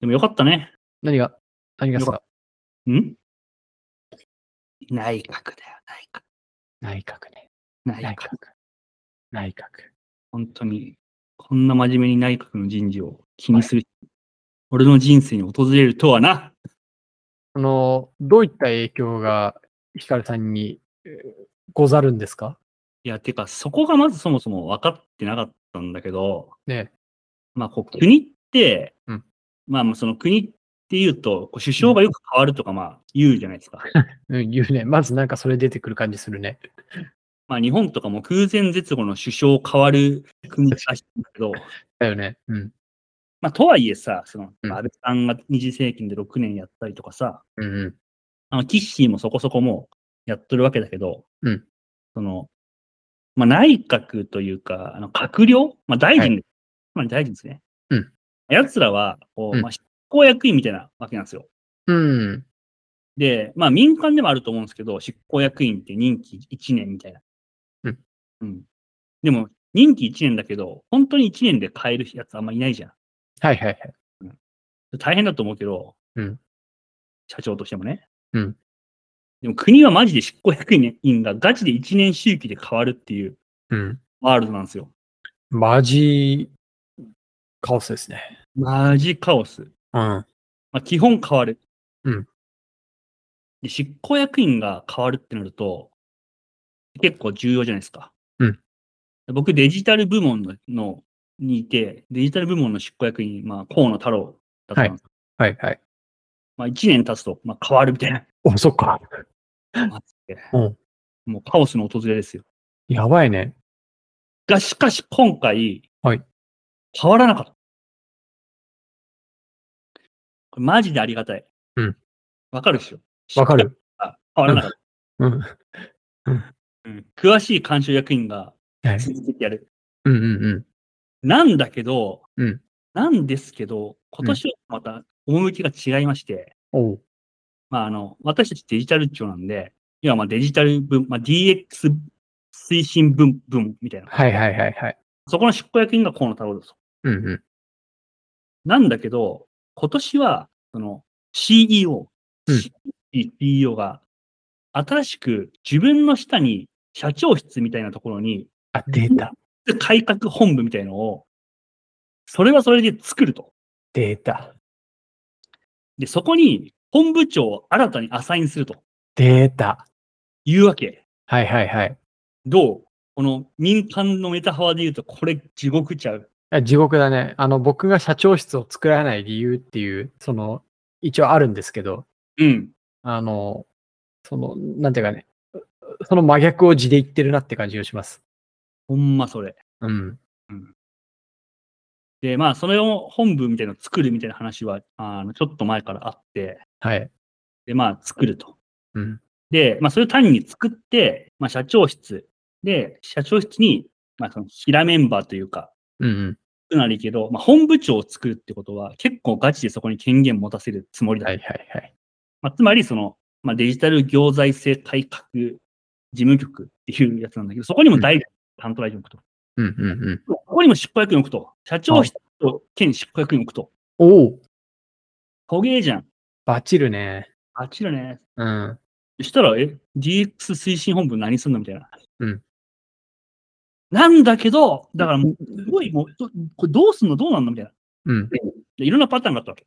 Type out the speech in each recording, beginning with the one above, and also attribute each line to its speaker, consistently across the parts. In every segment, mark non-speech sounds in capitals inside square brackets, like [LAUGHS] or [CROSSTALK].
Speaker 1: でもよかったね。
Speaker 2: 何が、何がですか
Speaker 1: ん内閣だよ、内閣。
Speaker 2: 内閣ね。
Speaker 1: 内閣。
Speaker 2: 内閣。内閣。
Speaker 1: 本当に、こんな真面目に内閣の人事を気にする、俺の人生に訪れるとはな。
Speaker 2: あの、どういった影響がヒカルさんにえーござるんですか
Speaker 1: いや、てか、そこがまずそもそも分かってなかったんだけど、
Speaker 2: ね
Speaker 1: まあ、こう国って、
Speaker 2: うん
Speaker 1: まあまあ、その国っていうと、こう首相がよく変わるとか、まあ、言うじゃないですか。
Speaker 2: うん、言うね。まずなんかそれ出てくる感じするね。
Speaker 1: まあ、日本とかも空前絶後の首相変わる国らしいんだけど、
Speaker 2: だよね。うん。
Speaker 1: まあ、とはいえさ、その、
Speaker 2: うん
Speaker 1: まあ安倍さんが二次政権で6年やったりとかさ、
Speaker 2: うんうん。
Speaker 1: あの、キッシーもそこそこもうやっとるわけだけど、
Speaker 2: うん
Speaker 1: その、まあ、内閣というか、あの、閣僚まあ、大臣、
Speaker 2: は
Speaker 1: まあ、大臣ですね。
Speaker 2: うん。
Speaker 1: 奴らは、こう、
Speaker 2: うん
Speaker 1: まあ、執行役員みたいなわけなんですよ。
Speaker 2: うん。
Speaker 1: で、まあ、民間でもあると思うんですけど、執行役員って任期1年みたいな。
Speaker 2: うん。
Speaker 1: うん。でも、任期1年だけど、本当に1年で変えるやつあんまいないじゃん。
Speaker 2: はいはいはい。
Speaker 1: 大変だと思うけど、
Speaker 2: うん
Speaker 1: 社長としてもね。
Speaker 2: うん
Speaker 1: でも国はマジで執行役員がガチで1年周期で変わるっていう
Speaker 2: うん。
Speaker 1: ワールドなんですよ。
Speaker 2: マジ、カオスですね。
Speaker 1: マジカオス。
Speaker 2: うん。
Speaker 1: まあ、基本変わる。
Speaker 2: うん
Speaker 1: で、執行役員が変わるってなると、結構重要じゃないですか。
Speaker 2: うん
Speaker 1: 僕、デジタル部門ののにいて、デジタル部門の執行役員、まあ、河野太郎だったんです。
Speaker 2: はいはい。
Speaker 1: まあ、1年経つと、まあ、変わるみたいな。
Speaker 2: お、そっか。
Speaker 1: マジで
Speaker 2: うん
Speaker 1: もうカオスの訪れですよ。
Speaker 2: やばいね。
Speaker 1: が、しかし今回、
Speaker 2: はい
Speaker 1: 変わらなかった。これマジでありがたい。
Speaker 2: うん。
Speaker 1: わかるでしょ
Speaker 2: わか。 [LAUGHS] る。
Speaker 1: あ変わらなかった。
Speaker 2: うん。うん
Speaker 1: うん詳しい監修役員が
Speaker 2: はい
Speaker 1: 続けてやる。
Speaker 2: うんうん
Speaker 1: なんだけど、
Speaker 2: うん
Speaker 1: なんですけど、今年はまた趣が違いまして、
Speaker 2: うん。おう。
Speaker 1: まあ、あの、私たちデジタル庁なんで、要はまあデジタル分、まあ、DX 推進分、分みたいな。
Speaker 2: はいはいはいはい。
Speaker 1: そこの執行役員が河野太郎です。
Speaker 2: うんうん。
Speaker 1: なんだけど、今年は、その CEO、
Speaker 2: うん
Speaker 1: CEO が、新しく自分の下に社長室みたいなところに、
Speaker 2: あ、出た。
Speaker 1: 改革本部みたいのを、それはそれで作ると。
Speaker 2: 出た。
Speaker 1: で、そこに本部長を新たにアサインすると
Speaker 2: 出た。
Speaker 1: いうわけ。
Speaker 2: はいはいはい。
Speaker 1: どうこの民間のメタハワで言うと、これ地獄ちゃう。
Speaker 2: あ地獄だね。あの、僕が社長室を作らない理由っていう、その、一応あるんですけど、
Speaker 1: うん。
Speaker 2: あの、その、なんていうかね、その真逆を地で言ってるなって感じがします。
Speaker 1: ほんまそれ。
Speaker 2: うん。
Speaker 1: で、まあ、それを本部みたいなのを作るみたいな話は、あの、ちょっと前からあって、
Speaker 2: はい。
Speaker 1: で、まあ、作ると。
Speaker 2: うん。
Speaker 1: で、まあ、それを単に作って、まあ、社長室で、社長室に、まあ、その、平メンバーというか、
Speaker 2: うんうん。
Speaker 1: 少なりけど、まあ、本部長を作るってことは、結構ガチでそこに権限持たせるつもりだ。
Speaker 2: はいはいはい。
Speaker 1: まあ、つまり、その、まあ、デジタル行財政改革事務局っていうやつなんだけど、そこにも大臣、担当大臣置くと。
Speaker 2: うんうんうん。
Speaker 1: ここにも執行役員置くと。社長室と県執行役員置くと。
Speaker 2: おお
Speaker 1: トゲーじゃん。
Speaker 2: バチるね。
Speaker 1: あっちだね。
Speaker 2: うん。
Speaker 1: そしたら、え、DX 推進本部何すんのみたいな。
Speaker 2: うん。
Speaker 1: なんだけど、だからもう、すごい、もう、どこれどうすんのどうなんのみたいな。
Speaker 2: うん。
Speaker 1: でいろんなパターンがあったわけ。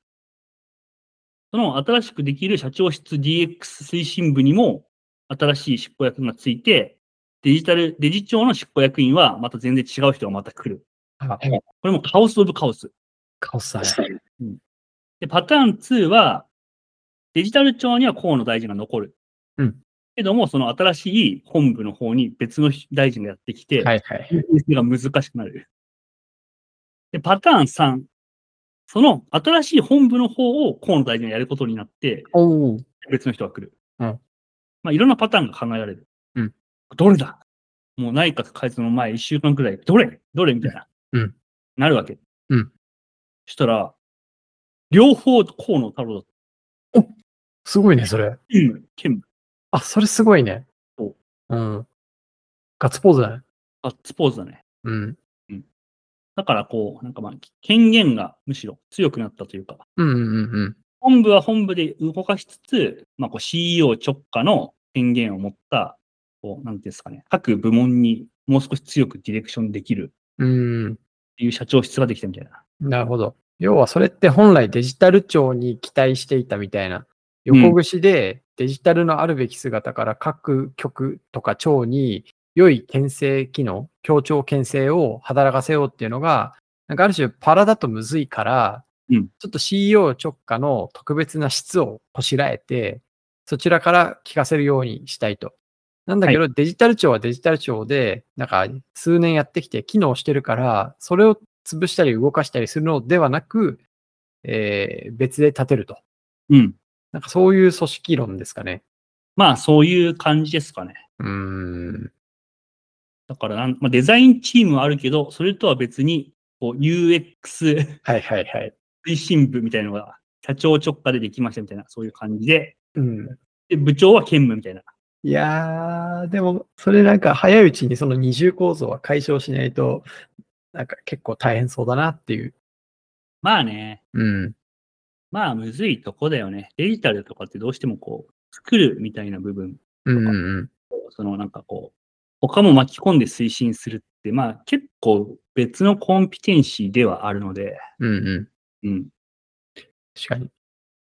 Speaker 1: その新しくできる社長室 DX 推進部にも、新しい執行役員がついて、デジタル、デジ庁の執行役員は、また全然違う人がまた来る。
Speaker 2: あ、
Speaker 1: これもカオスオブカオス。
Speaker 2: カオスだね。
Speaker 1: で、パターン2は、デジタル庁には河野大臣が残る。
Speaker 2: うん。
Speaker 1: けども、その新しい本部の方に別の大臣がやってきて、
Speaker 2: はいはい。
Speaker 1: い。が難しくなる。で、パターン3。その新しい本部の方を河野大臣がやることになって、
Speaker 2: おお
Speaker 1: 別の人が来る。
Speaker 2: うん。
Speaker 1: まあ、いろんなパターンが考えられる。
Speaker 2: うん。
Speaker 1: どれだもう内閣改造の前1週間くらい、どれどれみたいな。
Speaker 2: うん。
Speaker 1: なるわけ。
Speaker 2: うん。
Speaker 1: したら、両方河野太郎だった。
Speaker 2: すごいね、それ。
Speaker 1: 兼務、兼務。
Speaker 2: あ、それすごいね。
Speaker 1: そう
Speaker 2: うん。ガッツポーズだね。
Speaker 1: ガッツポーズだね。
Speaker 2: うん。
Speaker 1: だからこう、なんかまあ、権限がむしろ強くなったというか、
Speaker 2: うんうんうん。
Speaker 1: 本部は本部で動かしつつ、まあ、こう CEO 直下の権限を持った、こう、なんていうんですかね、各部門にもう少し強くディレクションできる
Speaker 2: うん。
Speaker 1: っていう社長室ができたみたいな。
Speaker 2: なるほど。要はそれって本来デジタル庁に期待していたみたいな、横串でデジタルのあるべき姿から各局とか庁に良い牽制機能、協調牽制を働かせようっていうのが、なんかある種パラだとむずいから、
Speaker 1: うん
Speaker 2: ちょっと CEO 直下の特別な質をこしらえて、そちらから聞かせるようにしたいと。なんだけど、デジタル庁はデジタル庁で、なんか数年やってきて機能してるから、それを潰したり動かしたりするのではなく、えー別で立てると。
Speaker 1: うん。
Speaker 2: なんかそういう組織論ですかね。
Speaker 1: まあ、そういう感じですかね。
Speaker 2: うーん。
Speaker 1: だからなん、まあ、デザインチームはあるけど、それとは別に、こう、UX
Speaker 2: はいはいはい。
Speaker 1: [LAUGHS] 推進部みたいなのが、社長直下でできましたみたいな、そういう感じで、
Speaker 2: うん。
Speaker 1: で、部長は兼務みたいな。
Speaker 2: いやー、でも、それなんか早いうちにその二重構造は解消しないと、なんか結構大変そうだなっていう。
Speaker 1: まあね、
Speaker 2: うん。
Speaker 1: まあ、むずいとこだよね。デジタルとかってどうしてもこう、作るみたいな部分、
Speaker 2: うんうん
Speaker 1: そのなんかこう、他も巻き込んで推進するって、まあ結構別のコンピテンシーではあるので、
Speaker 2: うん。うんうん。
Speaker 1: うん。
Speaker 2: 確かに。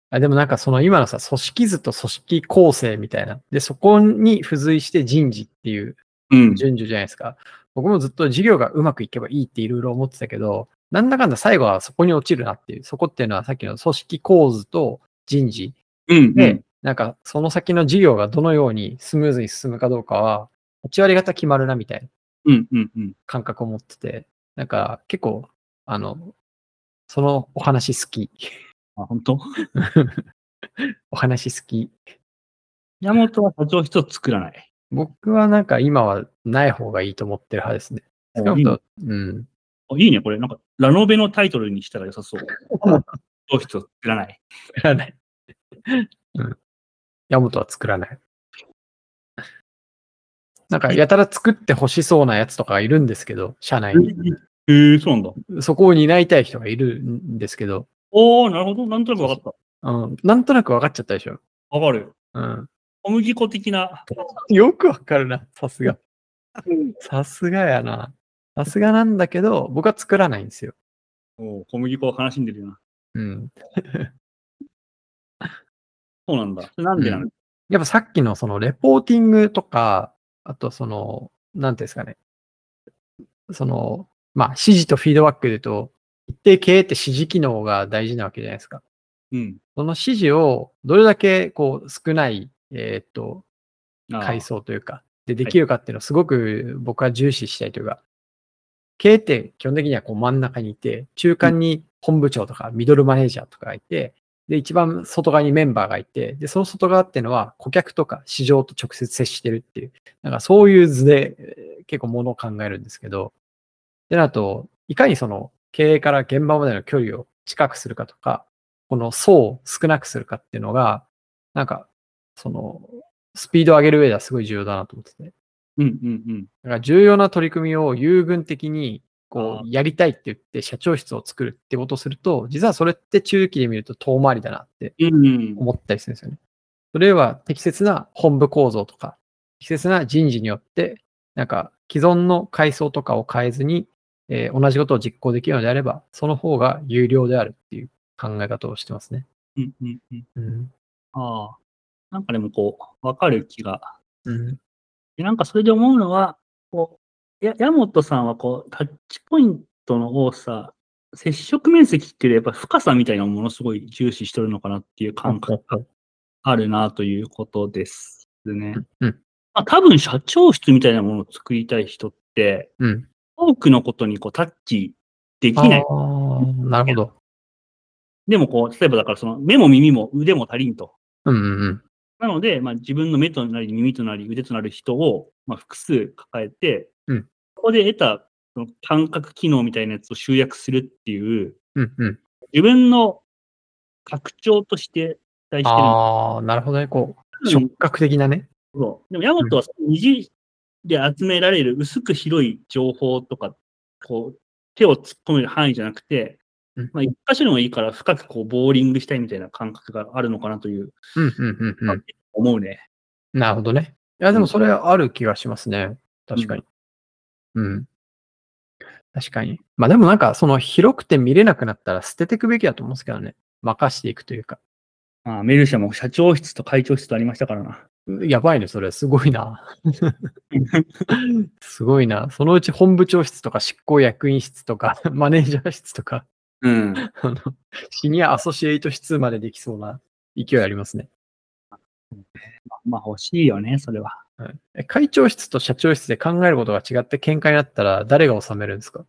Speaker 2: あでもなんかその今のさ、組織図と組織構成みたいな。で、そこに付随して人事っていう
Speaker 1: うん
Speaker 2: 順序じゃないですか。僕もずっと事業がうまくいけばいいっていろいろ思ってたけど、なんだかんだ最後はそこに落ちるなっていう、そこっていうのはさっきの組織構図と人事
Speaker 1: うん。
Speaker 2: で、なんかその先の事業がどのようにスムーズに進むかどうかは、8割方決まるなみたいな
Speaker 1: うん。うん。うん。
Speaker 2: 感覚を持ってて、なんか結構、あの、そのお話好き。 [LAUGHS]
Speaker 1: あ、本当
Speaker 2: お話好き。
Speaker 1: 山本は社長室を作らない。
Speaker 2: 僕はなんか今はない方がいいと思ってる派ですね。少なく
Speaker 1: いい
Speaker 2: と
Speaker 1: ね
Speaker 2: もうん。
Speaker 1: あいいね、これ。なんか、ラノベのタイトルにしたら良さそう。山本は社長室を作らない。
Speaker 2: 作らない。うん。ヤモトは作らない。なんか、やたら作って欲しそうなやつとかがいるんですけど、社内に。
Speaker 1: えー、そうなんだ。
Speaker 2: そこを担いたい人がいるんですけど、
Speaker 1: おー、なるほど。なんとなく分かっ
Speaker 2: うん、なんとなく分かっちゃったでしょ。
Speaker 1: た。分かる。
Speaker 2: うん。
Speaker 1: 小麦粉的な。
Speaker 2: よく分かるな、さすが。 [LAUGHS] さすがやな。さすがなんだけど、僕は作らないんですよ。
Speaker 1: おー小麦粉を悲しんでるよな。
Speaker 2: うん。
Speaker 1: そうなんだ。それなんでなの、
Speaker 2: やっぱさっきのそのレポーティングとか、あとその、なんていうんですかね。その、まあ指示とフィードバックで言うと、一定経営って指示機能が大事なわけじゃないですか。
Speaker 1: うん。
Speaker 2: その指示をどれだけこう少ない、えーっと、
Speaker 1: あー
Speaker 2: 階層というか、でできるかっていうのをすごく僕は重視したいというか、経営って基本的にはこう真ん中にいて、中間に本部長とかミドルマネージャーとかがいて、で、一番外側にメンバーがいて、で、その外側っていうのは顧客とか市場と直接接してるっていう、なんかそういう図でえー結構ものを考えるんですけど、で、あと、いかにその経営から現場までの距離を近くするかとか、この層を少なくするかっていうのが、なんか、その、スピードを上げる上ではすごい重要だなと思ってて。
Speaker 1: うんうんうん。
Speaker 2: だから重要な取り組みを優遇的にこ
Speaker 1: あ
Speaker 2: うやりたいって言って社長室を作るってことをすると、実はそれって中期で見ると遠回りだなって
Speaker 1: うんうん。
Speaker 2: 思ったりするんですよね。それは適切な本部構造とか、適切な人事によって、なんか既存の階層とかを変えずに、えー同じことを実行できるのであれば、その方が有料であるっていう考え方をしてますね。
Speaker 1: うんうんうん。
Speaker 2: うん。
Speaker 1: ああ。なんかでもこう、わかる気が。
Speaker 2: うん。
Speaker 1: でなんかそれで思うのは、こう、や、山本さんはこう、タッチポイントの多さ、接触面積っていうよりやっぱ深さみたいなのをものすごい重視してるのかなっていう感覚があるなということですね。
Speaker 2: うん。
Speaker 1: まあ多分社長室みたいなものを作りたい人って、
Speaker 2: うん。
Speaker 1: 多くのことにこうタッチでき
Speaker 2: あ
Speaker 1: ない。
Speaker 2: ーなるほど。
Speaker 1: でもこう、例えばだからその目も耳も腕も足りんと。
Speaker 2: うんうんうん。
Speaker 1: なので、まあ、自分の目となり、耳となり、腕となる人を、まあ、複数抱えて、
Speaker 2: うん
Speaker 1: ここで得たその感覚機能みたいなやつを集約するっていう、
Speaker 2: うんうん。
Speaker 1: 自分の拡張として期待してるんで
Speaker 2: ああ、なるほどね。こ
Speaker 1: う
Speaker 2: う、
Speaker 1: ん
Speaker 2: 触覚的なね。
Speaker 1: すけど、でもヤマトはその二次で集められる薄く広い情報とか、こう、手を突っ込める範囲じゃなくて
Speaker 2: うん、
Speaker 1: まあ、一箇所でもいいから深くこう、ボーリングしたいみたいな感覚があるのかなという、
Speaker 2: うん、うん、うん、うん。
Speaker 1: 思うね。
Speaker 2: なるほどね。いや、でもそれある気がしますね。確かに。うん。確かに。まあでもなんか、その広くて見れなくなったら捨てていくべきだと思うんですけどね。任していくというか。
Speaker 1: まあ、メルシャも社長室と会長室とありましたからな。
Speaker 2: やばいね、それ。すごい [LAUGHS] な。すごいな。そのうち本部長室とか執行役員室とか、 [LAUGHS] マネージャー室とか、
Speaker 1: うん。
Speaker 2: あの、シニアアソシエイト室までできそうな勢いありますね。
Speaker 1: まあ、欲しいよね、それは。
Speaker 2: はいえ会長室と社長室で考えることが違って喧嘩になったら誰が収めるんですか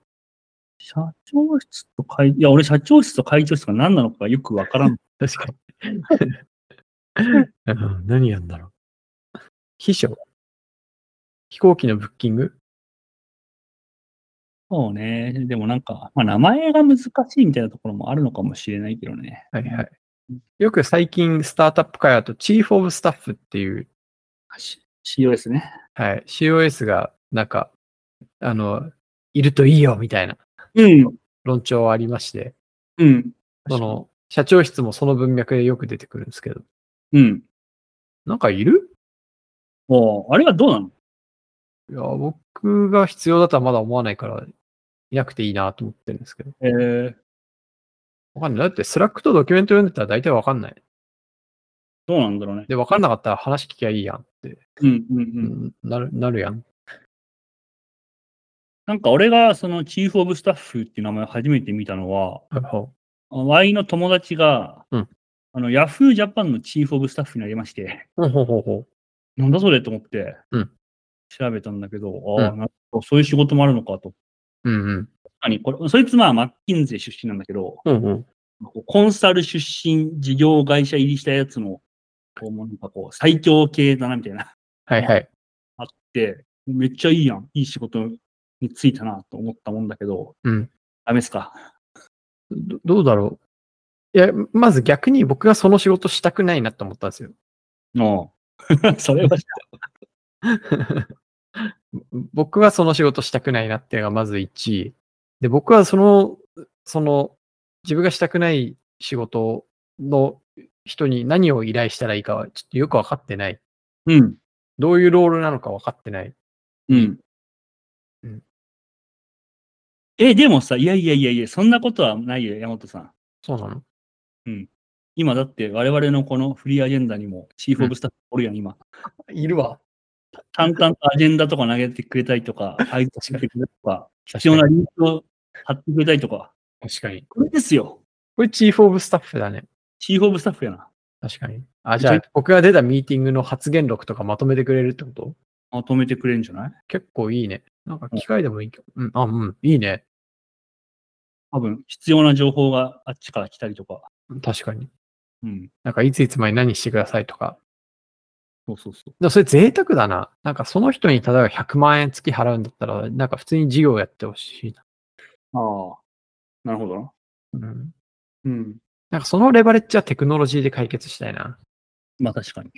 Speaker 1: 社長室と会、いや、俺、社長室と会長室が何なのかよくわから [LAUGHS] ん。
Speaker 2: 確かに。うん何やんだろう。秘書飛行機のブッキング
Speaker 1: そうね。でもなんか、まあ、名前が難しいみたいなところもあるのかもしれないけどね。
Speaker 2: はいはい。よく最近スタートアップ会だと、チーフオブスタッフっていう、
Speaker 1: し COS ね。
Speaker 2: はい、COS がなんか、あの、いるといいよみたいな
Speaker 1: うん。
Speaker 2: 論調ありまして、
Speaker 1: うん。
Speaker 2: その、社長室もその文脈でよく出てくるんですけど、
Speaker 1: うん。
Speaker 2: なんかいる
Speaker 1: もう、あれはどうなの
Speaker 2: いや、僕が必要だとはまだ思わないから、いなくていいなと思ってるんですけど。
Speaker 1: えー、
Speaker 2: わかんない。だって、スラックとドキュメント読んでたら大体わかんない。
Speaker 1: どうなんだろうね。
Speaker 2: で、わかんなかったら話聞きゃいいやんって、
Speaker 1: うんうんう。
Speaker 2: うんん、なる、なるやん。
Speaker 1: なんか俺がそのチーフオブスタッフっていう名前を初めて見たのは、ワイの友達が、
Speaker 2: うん
Speaker 1: あの、ヤフージャパンのチーフオブスタッフになりまして、
Speaker 2: ほうほうほうほ
Speaker 1: なんだそれと思って
Speaker 2: うん、
Speaker 1: 調べたんだけど、ああ、
Speaker 2: う
Speaker 1: なるほどそういう仕事もあるのかと。
Speaker 2: う。うんうん。
Speaker 1: 確かにこれ、そいつまあ、マッキンゼ出身なんだけど、
Speaker 2: うんうん。
Speaker 1: こうコンサル出身、事業会社入りしたやつの、こう、もうなんかこう、最強系だな、みたいな。 [LAUGHS]
Speaker 2: はいはい。
Speaker 1: あって、めっちゃいいやん。いい仕事に就いたな、と思ったもんだけど、
Speaker 2: うん。
Speaker 1: ダメっすか。
Speaker 2: どどうだろう。いや、まず逆に僕がその仕事したくないなと思ったんですよ。
Speaker 1: の
Speaker 2: [LAUGHS]
Speaker 1: それは、
Speaker 2: 僕はその仕事したくないなっていうのがまず1位。で、僕はその、その、自分がしたくない仕事の人に何を依頼したらいいかはちょっとよくわかってない。
Speaker 1: うん。
Speaker 2: どういうロールなのかわかってない。
Speaker 1: うん
Speaker 2: うん。
Speaker 1: え、でもさ、いやいやいやいや、そんなことはないよ、山本さん。
Speaker 2: そうなの
Speaker 1: 今だって我々のこのフリーアジェンダにもチーフオブスタッフおるやん、今。
Speaker 2: いるわ。
Speaker 1: 淡々とアジェンダとか投げてくれたりとか、配置してくれたりとか、必要なリンクを貼ってくれたりとか。
Speaker 2: 確かに。
Speaker 1: これですよ。
Speaker 2: これチーフオブスタッフだね。
Speaker 1: チーフオブスタッフやな。
Speaker 2: 確かに。あ、じゃあ僕が出たミーティングの発言録とかまとめてくれるってこと
Speaker 1: まとめてくれるんじゃない
Speaker 2: 結構いいね。なんか機械でもいいけど。うん、あ、うん、いいね。
Speaker 1: 多分、必要な情報があっちから来たりとか。
Speaker 2: 確かに。
Speaker 1: うん。
Speaker 2: なんかいついつまで何してくださいとか。
Speaker 1: そうそうそう。
Speaker 2: でもそれ贅沢だな。なんかその人に例えば100万円月払うんだったら、なんか普通に事業やってほしいな。
Speaker 1: ああ。なるほどな。
Speaker 2: うん。
Speaker 1: うん。
Speaker 2: なんかそのレバレッジはテクノロジーで解決したいな。
Speaker 1: まあ確かに。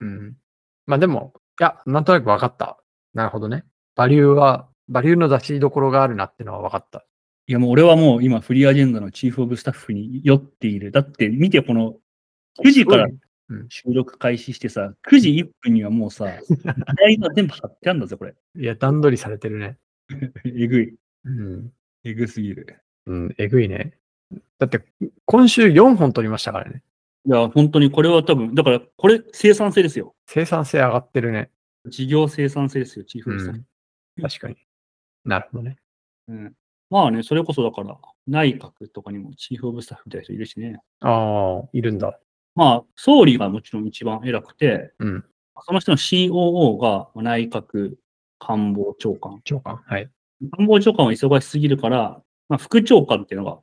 Speaker 2: うん。まあでも、いや、なんとなく分かった。なるほどね。バリューは、バリューの出しどころがあるなってのは分かった。
Speaker 1: いやもう俺はもう今フリーアジェンダのチーフオブスタッフに酔っている。だって見てこの9時から
Speaker 2: うん
Speaker 1: 収録開始してさ、9時1分にはもうさ、時代が全部貼ってあるんだぜ、これ。
Speaker 2: いや、段取りされてるね。
Speaker 1: [LAUGHS] えぐい。
Speaker 2: うん。
Speaker 1: えぐすぎる。
Speaker 2: うん、えぐいね。だって、今週4本取りましたからね。
Speaker 1: いや、本当にこれは多分、だからこれ生産性ですよ。
Speaker 2: 生産性上がってるね。
Speaker 1: 事業生産性ですよ、チーフオブスタッフ。
Speaker 2: 確かに。なるほどね。
Speaker 1: うんまあね、それこそだから、内閣とかにもチーフオブスタッフみたいな人いるしね。
Speaker 2: ああ、いるんだ。
Speaker 1: まあ、総理がもちろん一番偉くて、
Speaker 2: うん。
Speaker 1: その人の COO がまあ内閣官房長官。
Speaker 2: 長官。はい。
Speaker 1: 官房長官は忙しすぎるから、まあ、副長官っていうのが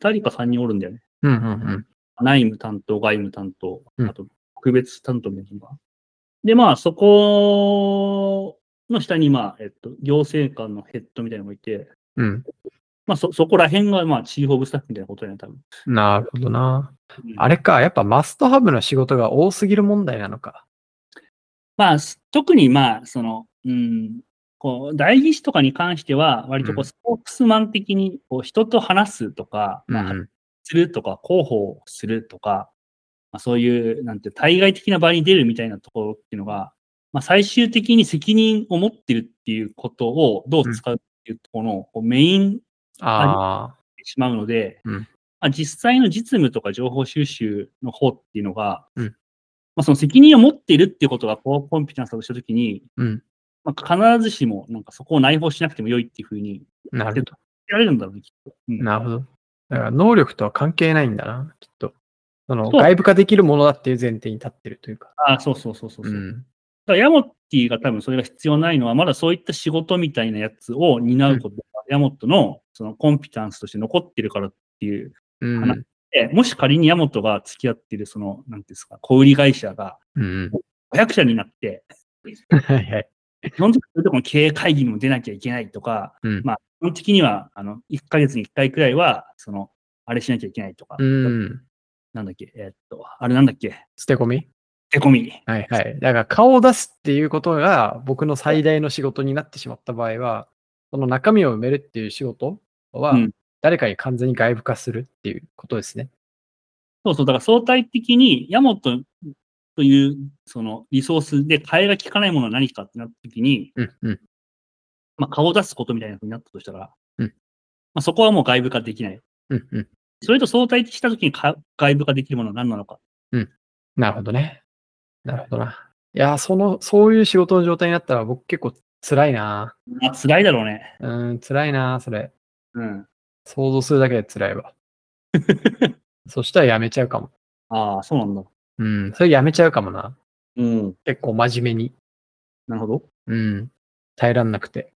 Speaker 1: 2人か3人おるんだよね。
Speaker 2: うんうんうん。
Speaker 1: 内務担当、外務担当
Speaker 2: う、ん
Speaker 1: あと特別担当みたいなのが。で、まあ、そこの下に、まあ、えっと、行政官のヘッドみたいなのがいて、
Speaker 2: うん。
Speaker 1: まあ、そ、そこら辺が、まあ、チーフオブスタッフみたいなことにな多分。
Speaker 2: なるほどな。
Speaker 1: うん
Speaker 2: あれか、やっぱマストハブの仕事が多すぎる問題なのか。
Speaker 1: まあ、す特にまあ、その、うん、こう、代議士とかに関しては、割とこ
Speaker 2: う
Speaker 1: う、
Speaker 2: ん
Speaker 1: スポークスマン的に、こう、人と話すとか、まあ
Speaker 2: うん
Speaker 1: するとか、広報をするとか、まあ、そういう、なんて、対外的な場に出るみたいなところっていうのが、まあ、最終的に責任を持ってるっていうことをどう使うっていうところのこうメイン
Speaker 2: ああ、
Speaker 1: しまうので、
Speaker 2: うん
Speaker 1: まあ、実際の実務とか情報収集の方っていうのが、
Speaker 2: うん
Speaker 1: まあ、その責任を持っているっていうことがコアコンピタンスだとしたときに、
Speaker 2: うん。
Speaker 1: まあ、必ずしもなんかそこを内包しなくても良いっていうふうに
Speaker 2: なるほど。
Speaker 1: やれるんだろうね、きっと。うん
Speaker 2: なるほど。だから能力とは関係ないんだな、きっと。その
Speaker 1: そう
Speaker 2: 外部化できるものだっていう前提に立ってるというか。
Speaker 1: あそうそうそうそうそうう。だ
Speaker 2: ん。
Speaker 1: からヤモッティが多分それが必要ないのは、まだそういった仕事みたいなやつを担うことが、ヤモットのそのコンピタンスとして残ってるからっていう
Speaker 2: うん。
Speaker 1: 話で、もし仮にヤモットが付き合ってる、その、なんていうんですか、小売り会社が
Speaker 2: うん。
Speaker 1: 500社になって、
Speaker 2: はいはい。
Speaker 1: 基本的にそういうとこの経営会議にも出なきゃいけないとか、
Speaker 2: うん。
Speaker 1: まあ、基本的には、あの、1ヶ月に1回くらいは、その、あれしなきゃいけないとか、
Speaker 2: うん。
Speaker 1: なんだっけ、えーっと、あれなんだっけ、
Speaker 2: 捨て込み
Speaker 1: 手込み。
Speaker 2: はいはい。だから顔を出すっていうことが僕の最大の仕事になってしまった場合は、その中身を埋めるっていう仕事は
Speaker 1: うん、
Speaker 2: 誰かに完全に外部化するっていうことですね。
Speaker 1: そうそう、だから相対的に、ヤモトという、その、リソースで替えが利かないものは何かってなった時に、
Speaker 2: うんうん。
Speaker 1: まあ、顔を出すことみたいなことになったとしたら、
Speaker 2: うん
Speaker 1: まあ、そこはもう外部化できない。
Speaker 2: うんうん。
Speaker 1: それと相対的した時にか外部化できるものは何なのか。
Speaker 2: なるほどね。なるほどな。いやー、その、そういう仕事の状態になったら僕結構辛いな。
Speaker 1: まあ、辛いだろうね。
Speaker 2: うーん、辛いな、それ。
Speaker 1: うん。
Speaker 2: 想像するだけで辛い [LAUGHS] わ。そしたらやめちゃうかも。
Speaker 1: ああ、そうなんだ。
Speaker 2: うん、それやめちゃうかもな。
Speaker 1: うん。
Speaker 2: 結構真面目に。
Speaker 1: なるほど。
Speaker 2: うん、耐えらんなくて。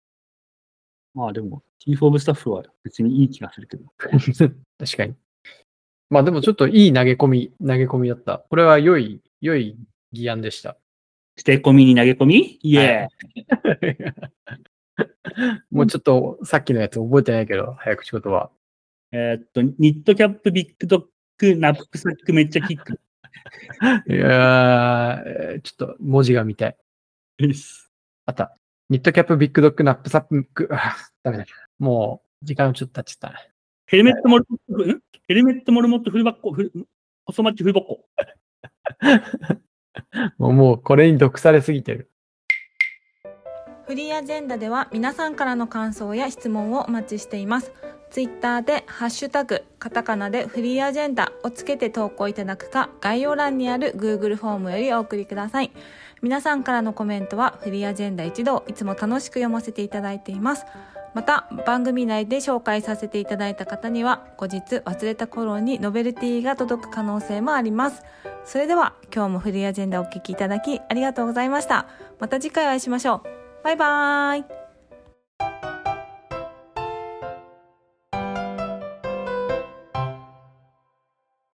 Speaker 1: まあでも、チーフオブスタッフは別にいい気がするけど。
Speaker 2: [LAUGHS] 確かに。まあでもちょっといい投げ込み、投げ込みだった。これは良い、良い議案で [LAUGHS] した。
Speaker 1: 捨て込みに投げ込みイエーイ、
Speaker 2: はもうちょっとさっきのやつ覚えてないけど、早口言葉。
Speaker 1: えーっと、ニットキャップ、ビッグドッグ、ナップサック、めっちゃキッ [LAUGHS] ク。
Speaker 2: いやー、ちょっと文字が見たい。
Speaker 1: です
Speaker 2: あった。ニットキャップ、ビッグドッグ、ナップサック、あダメだ。もう、時間ちょっと経っちゃったね。
Speaker 1: ヘルメットモルモット、んヘルメットモルモット、フルバッコ、フル、ん細マッチフルバッコ。
Speaker 2: もう、もうこれに毒されすぎてる。
Speaker 3: フリーアジェンダでは皆さんからの感想や質問をお待ちしています。ツイッターでハッシュタグ、カタカナでフリーアジェンダをつけて投稿いただくか、概要欄にある Google フォームよりお送りください。皆さんからのコメントはフリーアジェンダ一同、いつも楽しく読ませていただいています。また、番組内で紹介させていただいた方には、後日忘れた頃にノベルティが届く可能性もあります。それでは、今日もフリーアジェンダをお聞きいただきありがとうございました。また次回お会いしましょう。バイバイ